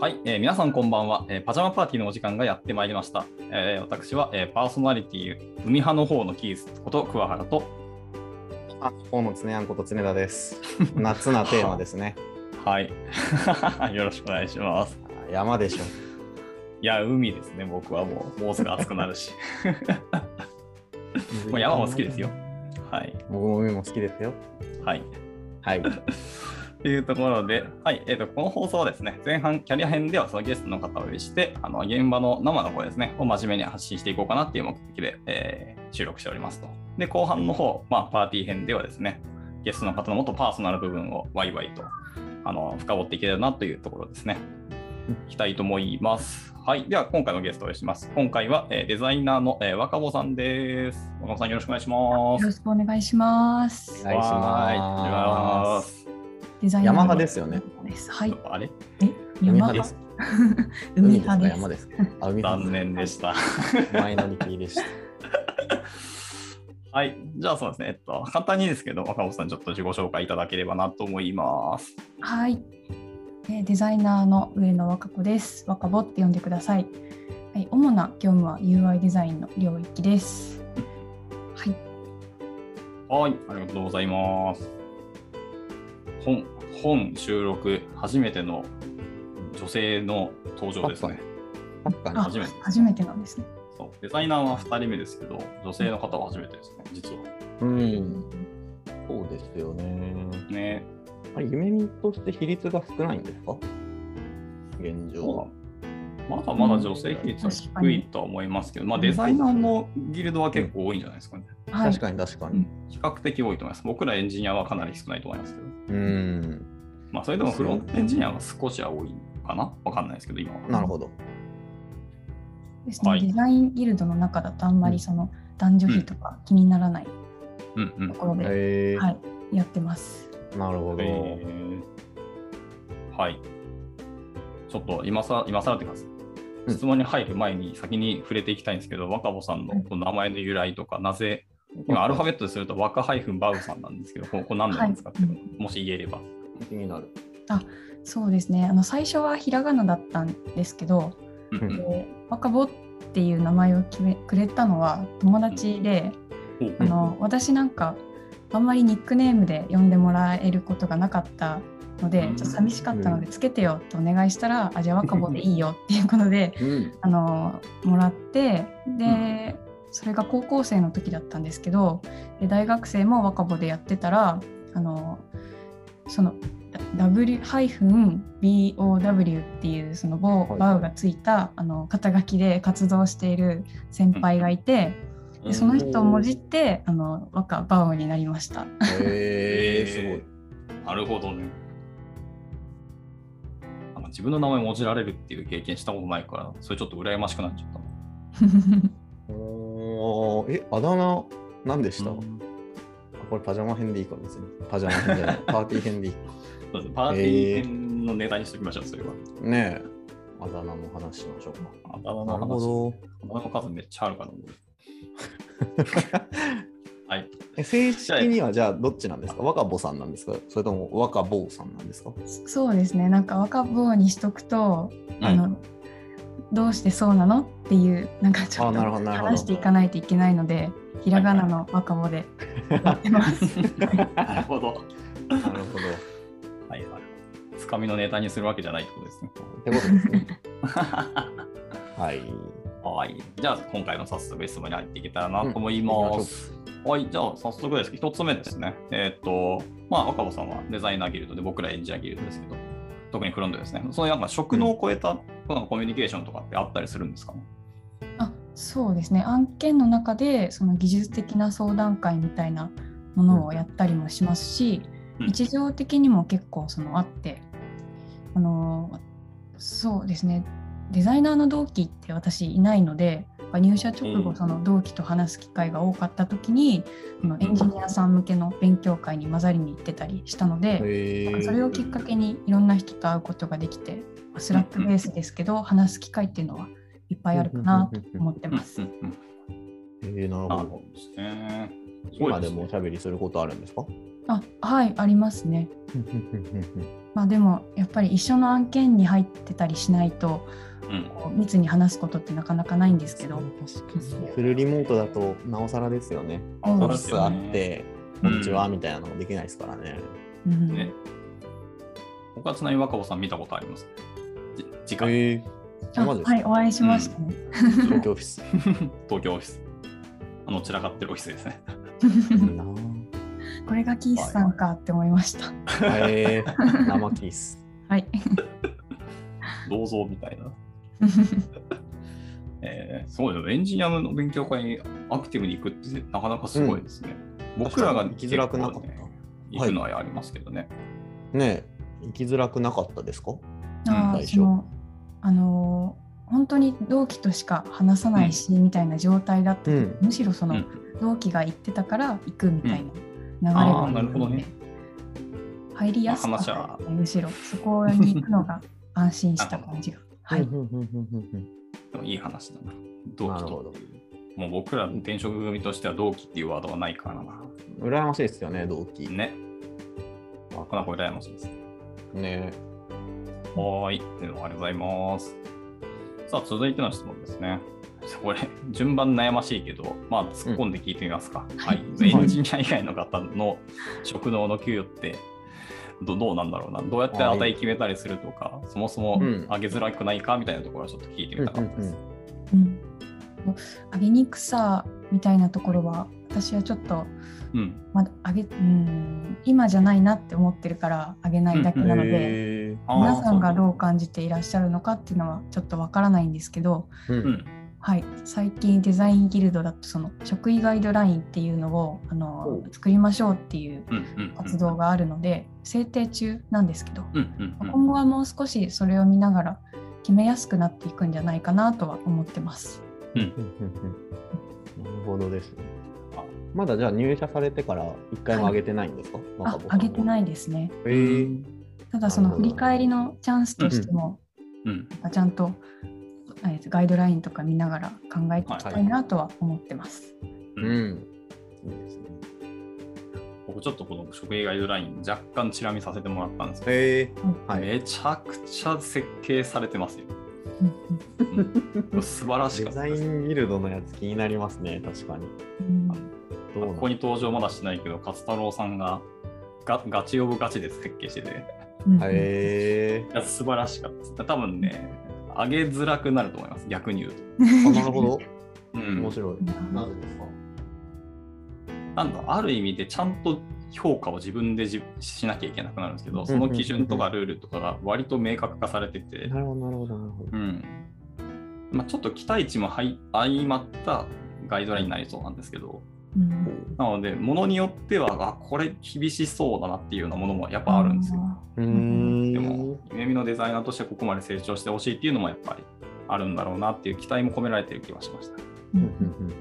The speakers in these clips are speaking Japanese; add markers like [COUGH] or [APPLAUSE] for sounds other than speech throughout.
はい、えー、皆さんこんばんは、えー、パジャマパーティーのお時間がやってまいりました。えー、私は、えー、パーソナリティ海派の方のキースこと桑原と。あ、方の常あんこと常田です。夏なテーマですね。はい。 [LAUGHS] よろしくお願いします。 [LAUGHS] 山でしょ。いや、海ですね、僕はもう、もうすぐ暑くなるし。もう山も好きですよ。はい。僕も海も好きですよ。はい。はい。というところで、はいえーと、とこの放送はですね、前半キャリア編ではそのゲストの方をお呼びして、あの現場の生の声ですね、を真面目に発信していこうかなっていう目的で、えー、収録しておりますと。で、後半の方、まあ、パーティー編ではですね、ゲストの方のもっとパーソナル部分をワイワイとあの深掘っていければなというところですね。いきたいと思います。はい。では、今回のゲストをお呼びします。今回は、えー、デザイナーの、えー、若坊さんです。若坊さん、よろしくお願いします。よろしくお願いします。お願いします。デザイナーのですよね。はい。あれ？え、山派です。海派です。山です。あ、海派。残念でした。マイナリティで [LAUGHS] した。はい、じゃあそうですね。えっと簡単にですけど、若本さんちょっと自己紹介いただければなと思います。はい。えデザイナーの上野若子です。若ぼって呼んでください。はい、主な業務は UI デザインの領域です。はい。はい、ありがとうございます。本本収録初めての女性の登場ですね。初めて初めてなんですねそう。デザイナーは2人目ですけど、女性の方は初めてですね、実は。うん、そうですよね。ねあれ、夢見として比率が少ないんですか現状。まだまだ女性比率は低いとは思いますけど、うん、まあ、デザイナーのギルドは結構多いんじゃないですかね。うん、確かに確かに、うん、比較的多いと思います。僕らエンジニアはかなり少ないと思いますけど。うん。まあ、それでもフロントエンジニアは少しは多いかなわかんないですけど、今は。なるほど。ですね、はい、デザインギルドの中だとあんまりその男女比とか気にならないところで、はい、やってます。なるほど。はい。ちょっと今さ今更というか質問に入る前に先に触れていきたいんですけど、うん、若葉さんのこの名前の由来とか、なぜ、今アルファベットですると若ハイフンバウさんなんですけど、ここ何なんですかって、はい、もし言えれば。気になる。。あそうですねあの、最初はひらがなだったんですけど、うんうん、若坊っていう名前を決めくれたのは友達で、うん、あの私なんか、あんまりニックネームで呼んでもらえることがなかったので、ちょっと寂しかったのでつけてよってお願いしたら、うん、あじゃあ若坊でいいよっていうことで、うん、あのもらってで、うん、それが高校生の時だったんですけどで大学生も若坊でやってたらあのその W-BOW っていうそのボーバウがついたあの肩書きで活動している先輩がいて。でその人をもじってあの若バウになりました。 [LAUGHS] へえすごい。なるほどね。自分の名前もじられるっていう経験したことないから、それちょっと羨ましくなっちゃったおえ、あだ名、何でした、うん、これパジャマ編でいいか、別に。パジャマ編じ [LAUGHS] ゃない、パーティー編でいいか。そうですパーティー編のネタにしておきましょう、それは。ねえ、あだ名の話しましょうか。あだ名の話。あだ名の数めっちゃあるから、ね。 [LAUGHS] はい、正式にはじゃあどっちなんですか若坊さんなんですかそれとも若坊さんなんですかそうですねなんか若坊にしとくと、あの、うん、どうしてそうなのっていうなんかちょっと話していかないといけないのでひらがなの若坊 [LAUGHS] でやってます。 [LAUGHS] なるほど。なるほど。はいはい。つかみのネタにするわけじゃないってこと [LAUGHS] ですね。ってことですね。はい。はい。じゃあ今回の早速質問に入っていけたらなと思います。うんはい、じゃあ早速ですけど、1つ目ですね。えっ、ー、と、まあ、若葉さんはデザイナーギルドで、僕らエンジニアギルドですけど、特にフロントですね。そういうなんか職能を超えたこのコミュニケーションとかってあったりするんですかね、うん、あそうですね。案件の中で、その技術的な相談会みたいなものをやったりもしますし、うんうん、日常的にも結構そのあって、あの、そうですね。デザイナーの同期って私いないので、入社直後その同期と話す機会が多かった時に、うん、エンジニアさん向けの勉強会に混ざりに行ってたりしたので、それをきっかけにいろんな人と会うことができてスラックベースですけど、話す機会っていうのはいっぱいあるかなと思ってます。 [LAUGHS] えー、なるほどですね。今でもおしゃべりすることあるんですかあはいありますね。まあでもやっぱり一緒の案件に入ってたりしないとうんこう密に話すことってなかなかないんですけど、フルリモートだとなおさらですよね。うんオそうでフィすスよあねって、うこんんにちはみたいなのもできないですからね。うんね。他ちなみに若葉さん見たことありますじ次回、えあー、マジですはいかお会いしましたね。東京オフィス。東京オフィス。あの散らかってるオフィスですね。 [LAUGHS] いいなこれがキースさんかって思いました。あえー、生キース。はい。銅像みたいな。えー、そうですよ。エンジニアの勉強会にアクティブに行くってなかなかすごいですね。僕らが行きづらくなかっ結構ねた。行くのはありますけどね。ねえ、行きづらくなかったですかあ最ー初そのあのー本当に同期としか話さないし、みたいな状態だった時、うんむしろそうのん同期が行ってたから行くみたいな流れあがーなるほどね入りやすかっまあた話ですねむしろそこに行くのが安心した [LAUGHS] 感じがはういんうんうんうんうんでもいい話だな。同な期るほどと。もう僕らの転職組としては同期っていうワードはないからな。うん羨ましいですよね、同期。ね。なかなか羨ましいです。ねはーい。ではありがとうございます。さあ、続いての質問ですね。これ、順番悩ましいけど、まあ、突っ込んで聞いてみますか。はい。はいエンジニア以外の方の職能の給与ってど、どうなんだろうな。どうやって値決めたりするとか、そもそもうん上げづらくないかみたいなところはちょっと聞いてみたかったです。うん、上げにくさみたいなところは私はちょっと、うん。まあ、上げうん今じゃないなって思ってるから上げないだけなので。えあー皆さんがどう。そ感じていらっしゃるのかっていうのはちょっとわからないんですけど、うういうんこはい、最近デザインギルドだとその職位ガイドラインっていうのをあのおう作りましょうっていうとねうん。うん。うん活。動があるので制定中なんですけどうん。うん。うん今後はもう少しそれを見ながら決めやすくなっていくんじゃないかなとは思ってます。うんうんうんなるほどですねあ。まだじゃあ入社されてから一回も上げてないんですか、あ上げてい。ないですね。えーただそのなるほ振どり返りのチャンスとしてもうん。なんかちゃんとえっとガイドラインとか見ながら考えていきたいなとは思ってます。うん。いいですね。僕ちょっとこの職員ガイドライン若干チラ見させてもらったんですけど、えー、はい。めちゃくちゃ設計されてますよ。うんうんうん素晴らしデかったザイです。ンギルドのやつ気になりますね、確かに。うんどうなここに登場まだしてないけど、勝太郎さんがガガチオブガチで設計してて、うんえいや素晴らしかったです。多分ね、上げづらくなると思います、逆に言うと。ー、あなるほど。う面ん、白い。なぜですかなんだある意味でちゃんと評価を自分でじしなきゃいけなくなるんですけど、その基準とかルールとかが割と明確化されてて、なるほど、なるほど、なるほどう。んまあ、ちょっと期待値もはい相まったガイドラインになりそうなんですけど、うんなので、ものによっては、あこれ厳しそうだなっていうようなものもやっぱあるんですよ。うーん。でも、夢見のデザイナーとしてここまで成長してほしいっていうのもやっぱりあるんだろうなっていう期待も込められてる気はしました。ううんんうんうん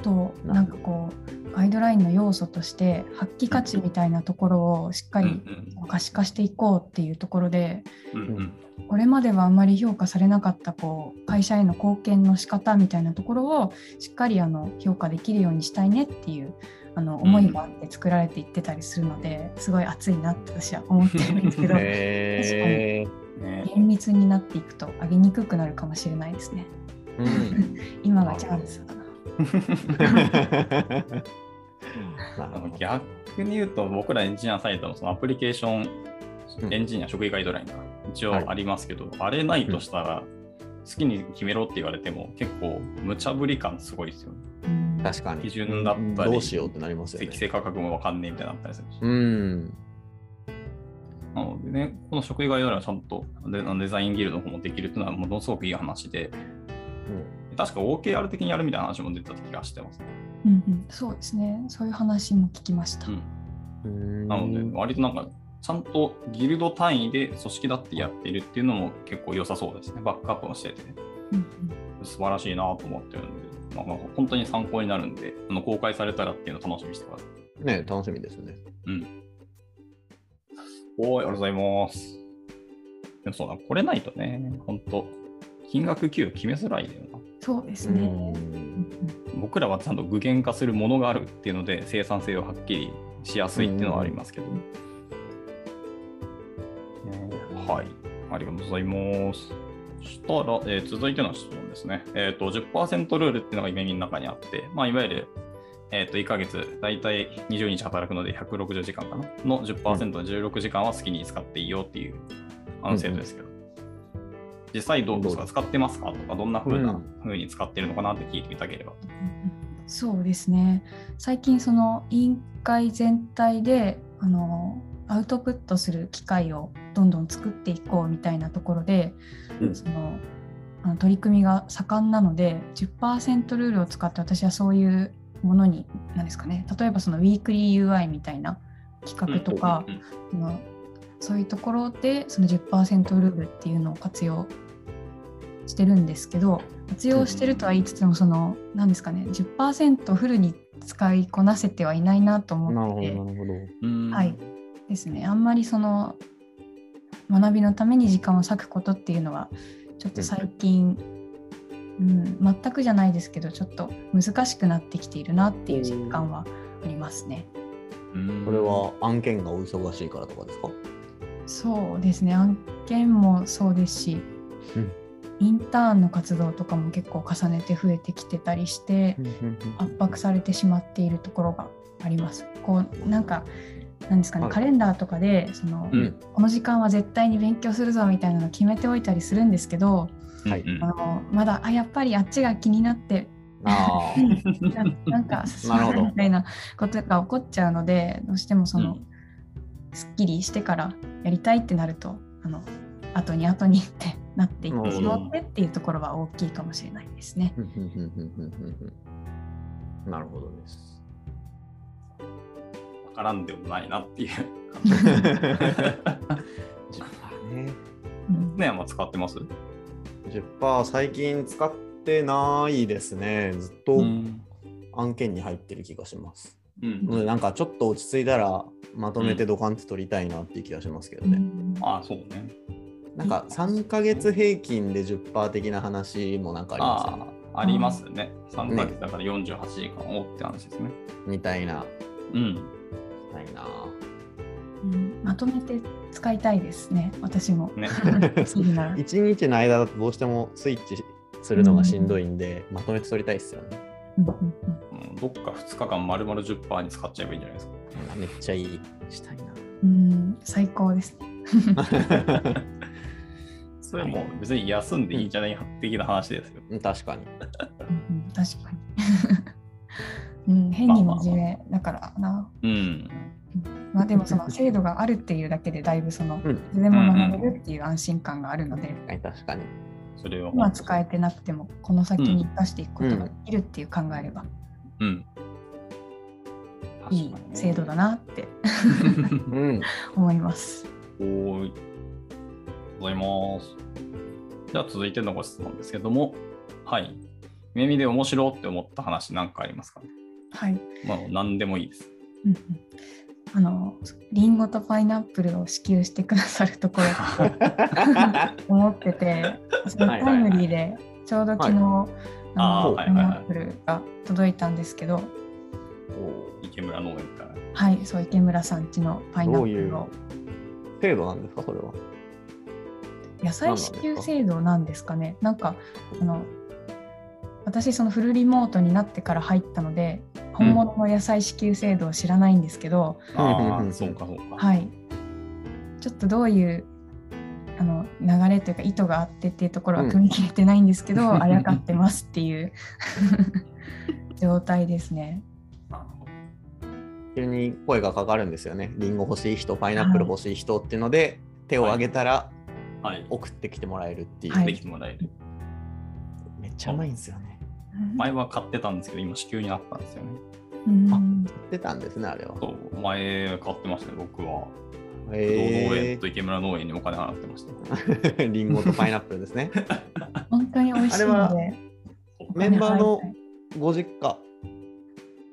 あとなんかこうガイドラインの要素として発揮価値みたいなところをしっかうんり可視化していこうっていうところでうんうんうんこれまではあんまり評価されなかったこう会社への貢献の仕方みたいなところをしっかりあの評価できるようにしたいねっていうあの思いがあって作られていってたりするのですごい熱いなって私は思ってるんです [LAUGHS] けうんどえね厳密になっていくと上げにくくなるかもしれないですね。ーうん今がチャンスだな。 [LAUGHS] なるほど逆に言うと、僕らエンジニアサイトのそのアプリケーショうんン、エンジニア職位ガイドラインが一応ありますけど、あれないとしたら、好きに決めろって言われても、結構、無茶ぶり感すごいですよね。うん確かに。基準だったりうんどうしようってなりますよね。適正価格もわかんねえみたいなのあったりするし。うん。なのでね、この職業よりはちゃんとデデザインギルドの方もできるっていうのはものすごくいい話で、確か OKR 的にやるみたいな話も出た気がしてます、ねうんうん、そうですね。そういう話も聞きました。うんなので、割となんか、ちゃんとギルド単位で組織だってやっているっていうのも結構良さそうですね。バックアップもしてて、うん素晴らしいなと思ってるんで、まあ、まあ本当に参考になるんで、あの公開されたらっていうのを楽しみにしてください。ね、楽しみですね。おーい、ありがとうございます。でもそうだ、これないとね、本当金額給与決めづらいだよな。そうですうね。ん僕らはちゃんと具現化するものがあるっていうので生産性をはっきりしやすいっていうのはありますけど、はい。ありがとうございます。そしたら、えー続いての質問ですね。えっ、と、10%ルールっていうのがイメージの中にあって、まあ、いわゆる、えっ、と、1ヶ月、だいたい20日働くので160時間かなの10%の16時間は好きに使っていいよっていう、あの制度ですけど、実際どうですか使ってますかとか、どんな風うなん風に使ってるのかなって聞いていただければ。そうですね最近その委員会全体であのアウトプットする機会をどんどん作っていこうみたいなところで、うんそのあの取り組みが盛んなので10%ルールを使って私はそういうものに何ですかね例えばそのウィークリー UI みたいな企画とか、うんうんそのそういうところでその10%ルールっていうのを活用してるんですけど活用してるとは言いつつもその何ですかね10%フルに使いこなせてはいないなとなる思っほててど、なるほど。うんはい。ですねあんまりその学びのために時間を割くことっていうのはちょっと最近、うん全くじゃないですけどちょっと難しくなってきているなっていう実感はありますね。うんこれは案件がお忙しいからとかですかそうですね案件もそうですし、うんインターンの活動とかも結構重ねて増えてきてたりして圧迫されてしまっているところがあります。こうなんかなんですかね、はいカレンダーとかでその、うんこの時間は絶対に勉強するぞみたいなの決めておいたりするんですけど、はいうんあのまだあやっぱりあっちが気になってああ、ななんか [LAUGHS] 進なるまほなどい [LAUGHS] みたいなことが起こっちゃうのでどうしてもその、うんすっきりしてからやりたいってなるとあの後に後にってなっていってしまってっていうところは大きいかもしれないですね。うんうんうんうんうんうんなるほどです。わからんでもないなっていうね、うんね、まあ、使ってます。 10%最近使ってないですね。ずっとうん案件に入ってる気がします。うんのでなんかちょっと落ち着いたらまとめてドカンって取りたいなっていう気がしますけどね。ああ、そうね。なんか3ヶ月平均で10%的な話もなんかありますよねああ、ありますね。3ヶ月だから48時間をって話ですね。みたいな。うん。みたいな。うんまとめて使いたいですね私も。 [LAUGHS] ね。いいな一日の間だとどうしてもスイッチするのがしんどいんで、まとめて取りたいっすよね。うんうんうんうんどっか2日間丸々10%に使っちゃえばいいんじゃないですか。めっちゃいい。したいな。うん、最高ですね。それはもう別に休んでいいんじゃない的な話ですよ。うん確かに。うんうん確かに。 [LAUGHS] うん、変に真面目だからな。うん。まあでもその制度があるっていうだけでだいぶそのいうん。つでも学べるっていう安心感があるので、確かに確かに。それは今使えてなくてもこの先に生かしていくことができるっていう考えればうん。いい制度だなって [LAUGHS] 確かにね。うん。思います。おーい。ございます。じゃあ続いてのご質問ですけども、はい。耳で面白って思った話なんかありますかはい。まあ、何でもいいです。うんうんあのリンゴとパイナップルを支給してくださる [LAUGHS] ところ思ってて、そのタイムリーでちょうど昨日、あのあーはいはいはいパイナップルが届いたんですけど、池村農園から。はい、そう池村さん家のパイナどうップいうルを制度なんですか、それは。野菜支給制度なんですかね。なんかあの私そのフルリモートになってから入ったので、本物の野菜支給制度を知らないんですけど、あうんうんうあ、んそうかそうか。はい、ちょっとどういうあの流れというか意図があってっていうところはうん踏み切れてないんですけど、 [LAUGHS] あやかってますっていう状態ですね。なるほど急に声がかかるんですよね。リンゴ欲しい人、パイナップル欲しい人っていうので、手を挙げたらはい。送ってきてもらえるっていう。はいできてもらえる。めっちゃうまいんですよね。前は買ってたんですけど、今支給になったんですよね。うん出たんですね、あれは。そう、前買ってましたね、僕は。不動農園えと池村農園にお金払ってました。ー、 [LAUGHS] リンゴとパイナップルですね。本当に美味しいのあれでおメ金ンバーの払いご実家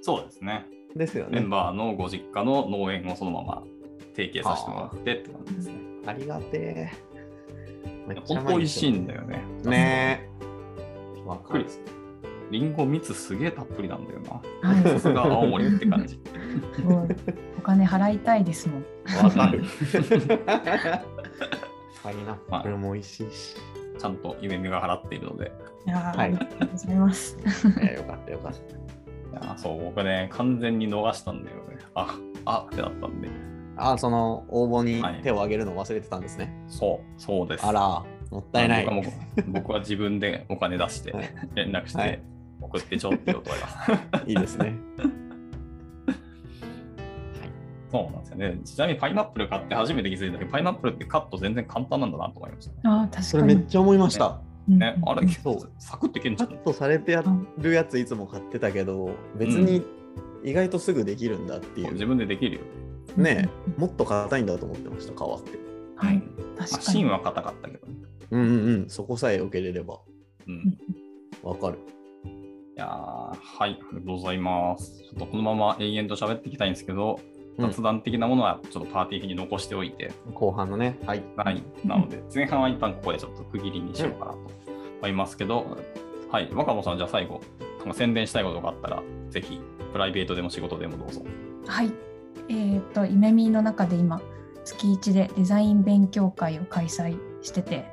そうですね。ですよメねン。バーのご実家の農園をそのまま提携させてもらってって感じですね。ありがてえ。めっちゃ本うま当美で味すしいんだよね。ねえ。わびっくりです。りんご蜜すげえたっぷりなんだよな。たいはさすが青森って感 [LAUGHS] じ。い、すごいお金払いたいですもん。わかる。 [LAUGHS] パイナまッあプルも美味しい [LAUGHS] し。ちゃんと夢見が払っているので。いやーはいありがとうございます。いやよかったよかった。いやーそう、僕ね、完全に逃したんだよね。あ、あってなったんで。ああ、その応募にはい手を挙げるの忘れてたんですね。そう、そうです。あら、もったいない。僕はもう僕は自分でお金出してはい、連絡しはてい、送ってちょうって言おうと思います。 [LAUGHS] いいで [LAUGHS] すね。そうなんですよね。ちなみにパイナップル買って初めて気づいたけど、パイナップルってカット全然簡単なんだなと思いましたね。ああ、確そかれに。めっちゃ思いました。うんね、あれ、そうサクッていけんじカゃんッ。トされてやるやついつも買ってたけど、別に意外とすぐできるんだってい自う。分でできるよ。ねえ、もっと硬いんだと思ってました、皮って。はい、まあ確かに。芯は硬かったけどね。うんうんうん、そこさえ受けれればう。うんんいわかる。やーはい、ありがとうございます。ちょっとこのまま永遠と喋っていきたいんですけど、うん雑談的なものはちょっとパーティーに残しておいて、後半のね、はい。はい、なので、前半は一旦ここでちょっと区切りにしようかなと思いますけど、はい、若者さん、じゃあ最後、なんか宣伝したいことがあったら、ぜひ、プライベートでも仕事でもどうぞ。はい。えーっ、と、イメミーの中で今、月1でデザイン勉強会を開催してて、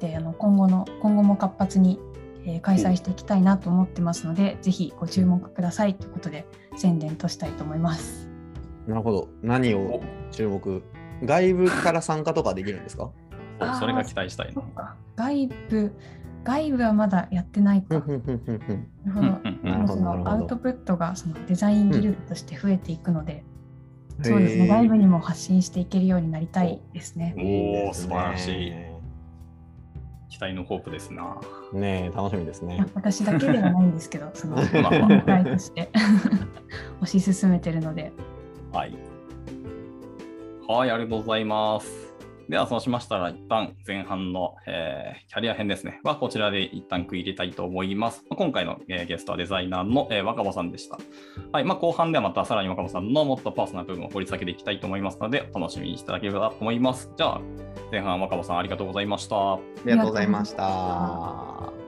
で、あの今後の、今後も活発に、えー開催していきたいなと思ってますので、ぜひご注目くださいということで、宣伝としたいと思います。なるほど。何を注目外部から参加とかできるんですかそうあーそれが期待したいそな。っか。外部、外部はまだやってないふんか。ふんふんふんふんなるうんうんうんなるほほど。でもどそなるほのどアウトプットがそのデザイン技術として増えていくので、そうですへね、ー外部にも発信していけるようになりたいですね。おーいいで素すね晴らしい期待のホープですな。ねえ、楽しみですいやね。私だけではないんですけど、その [LAUGHS] まあまあ業界として [LAUGHS] 推し進めてるので。はい。はい、ありがとうございます。では、そうしましたら、一旦前半の、えーキャリア編ですね、はこちらで一旦区入れたいと思います。今回の、えーゲストはデザイナーの、えー若葉さんでした。はい、まあ、後半ではまたさらに若葉さんのもっとパーソナル部分を掘り下げていきたいと思いますので、お楽しみにしていただければと思います。じゃあ、前半若葉さんありがとうございました。ありがとうございましありがとうございた。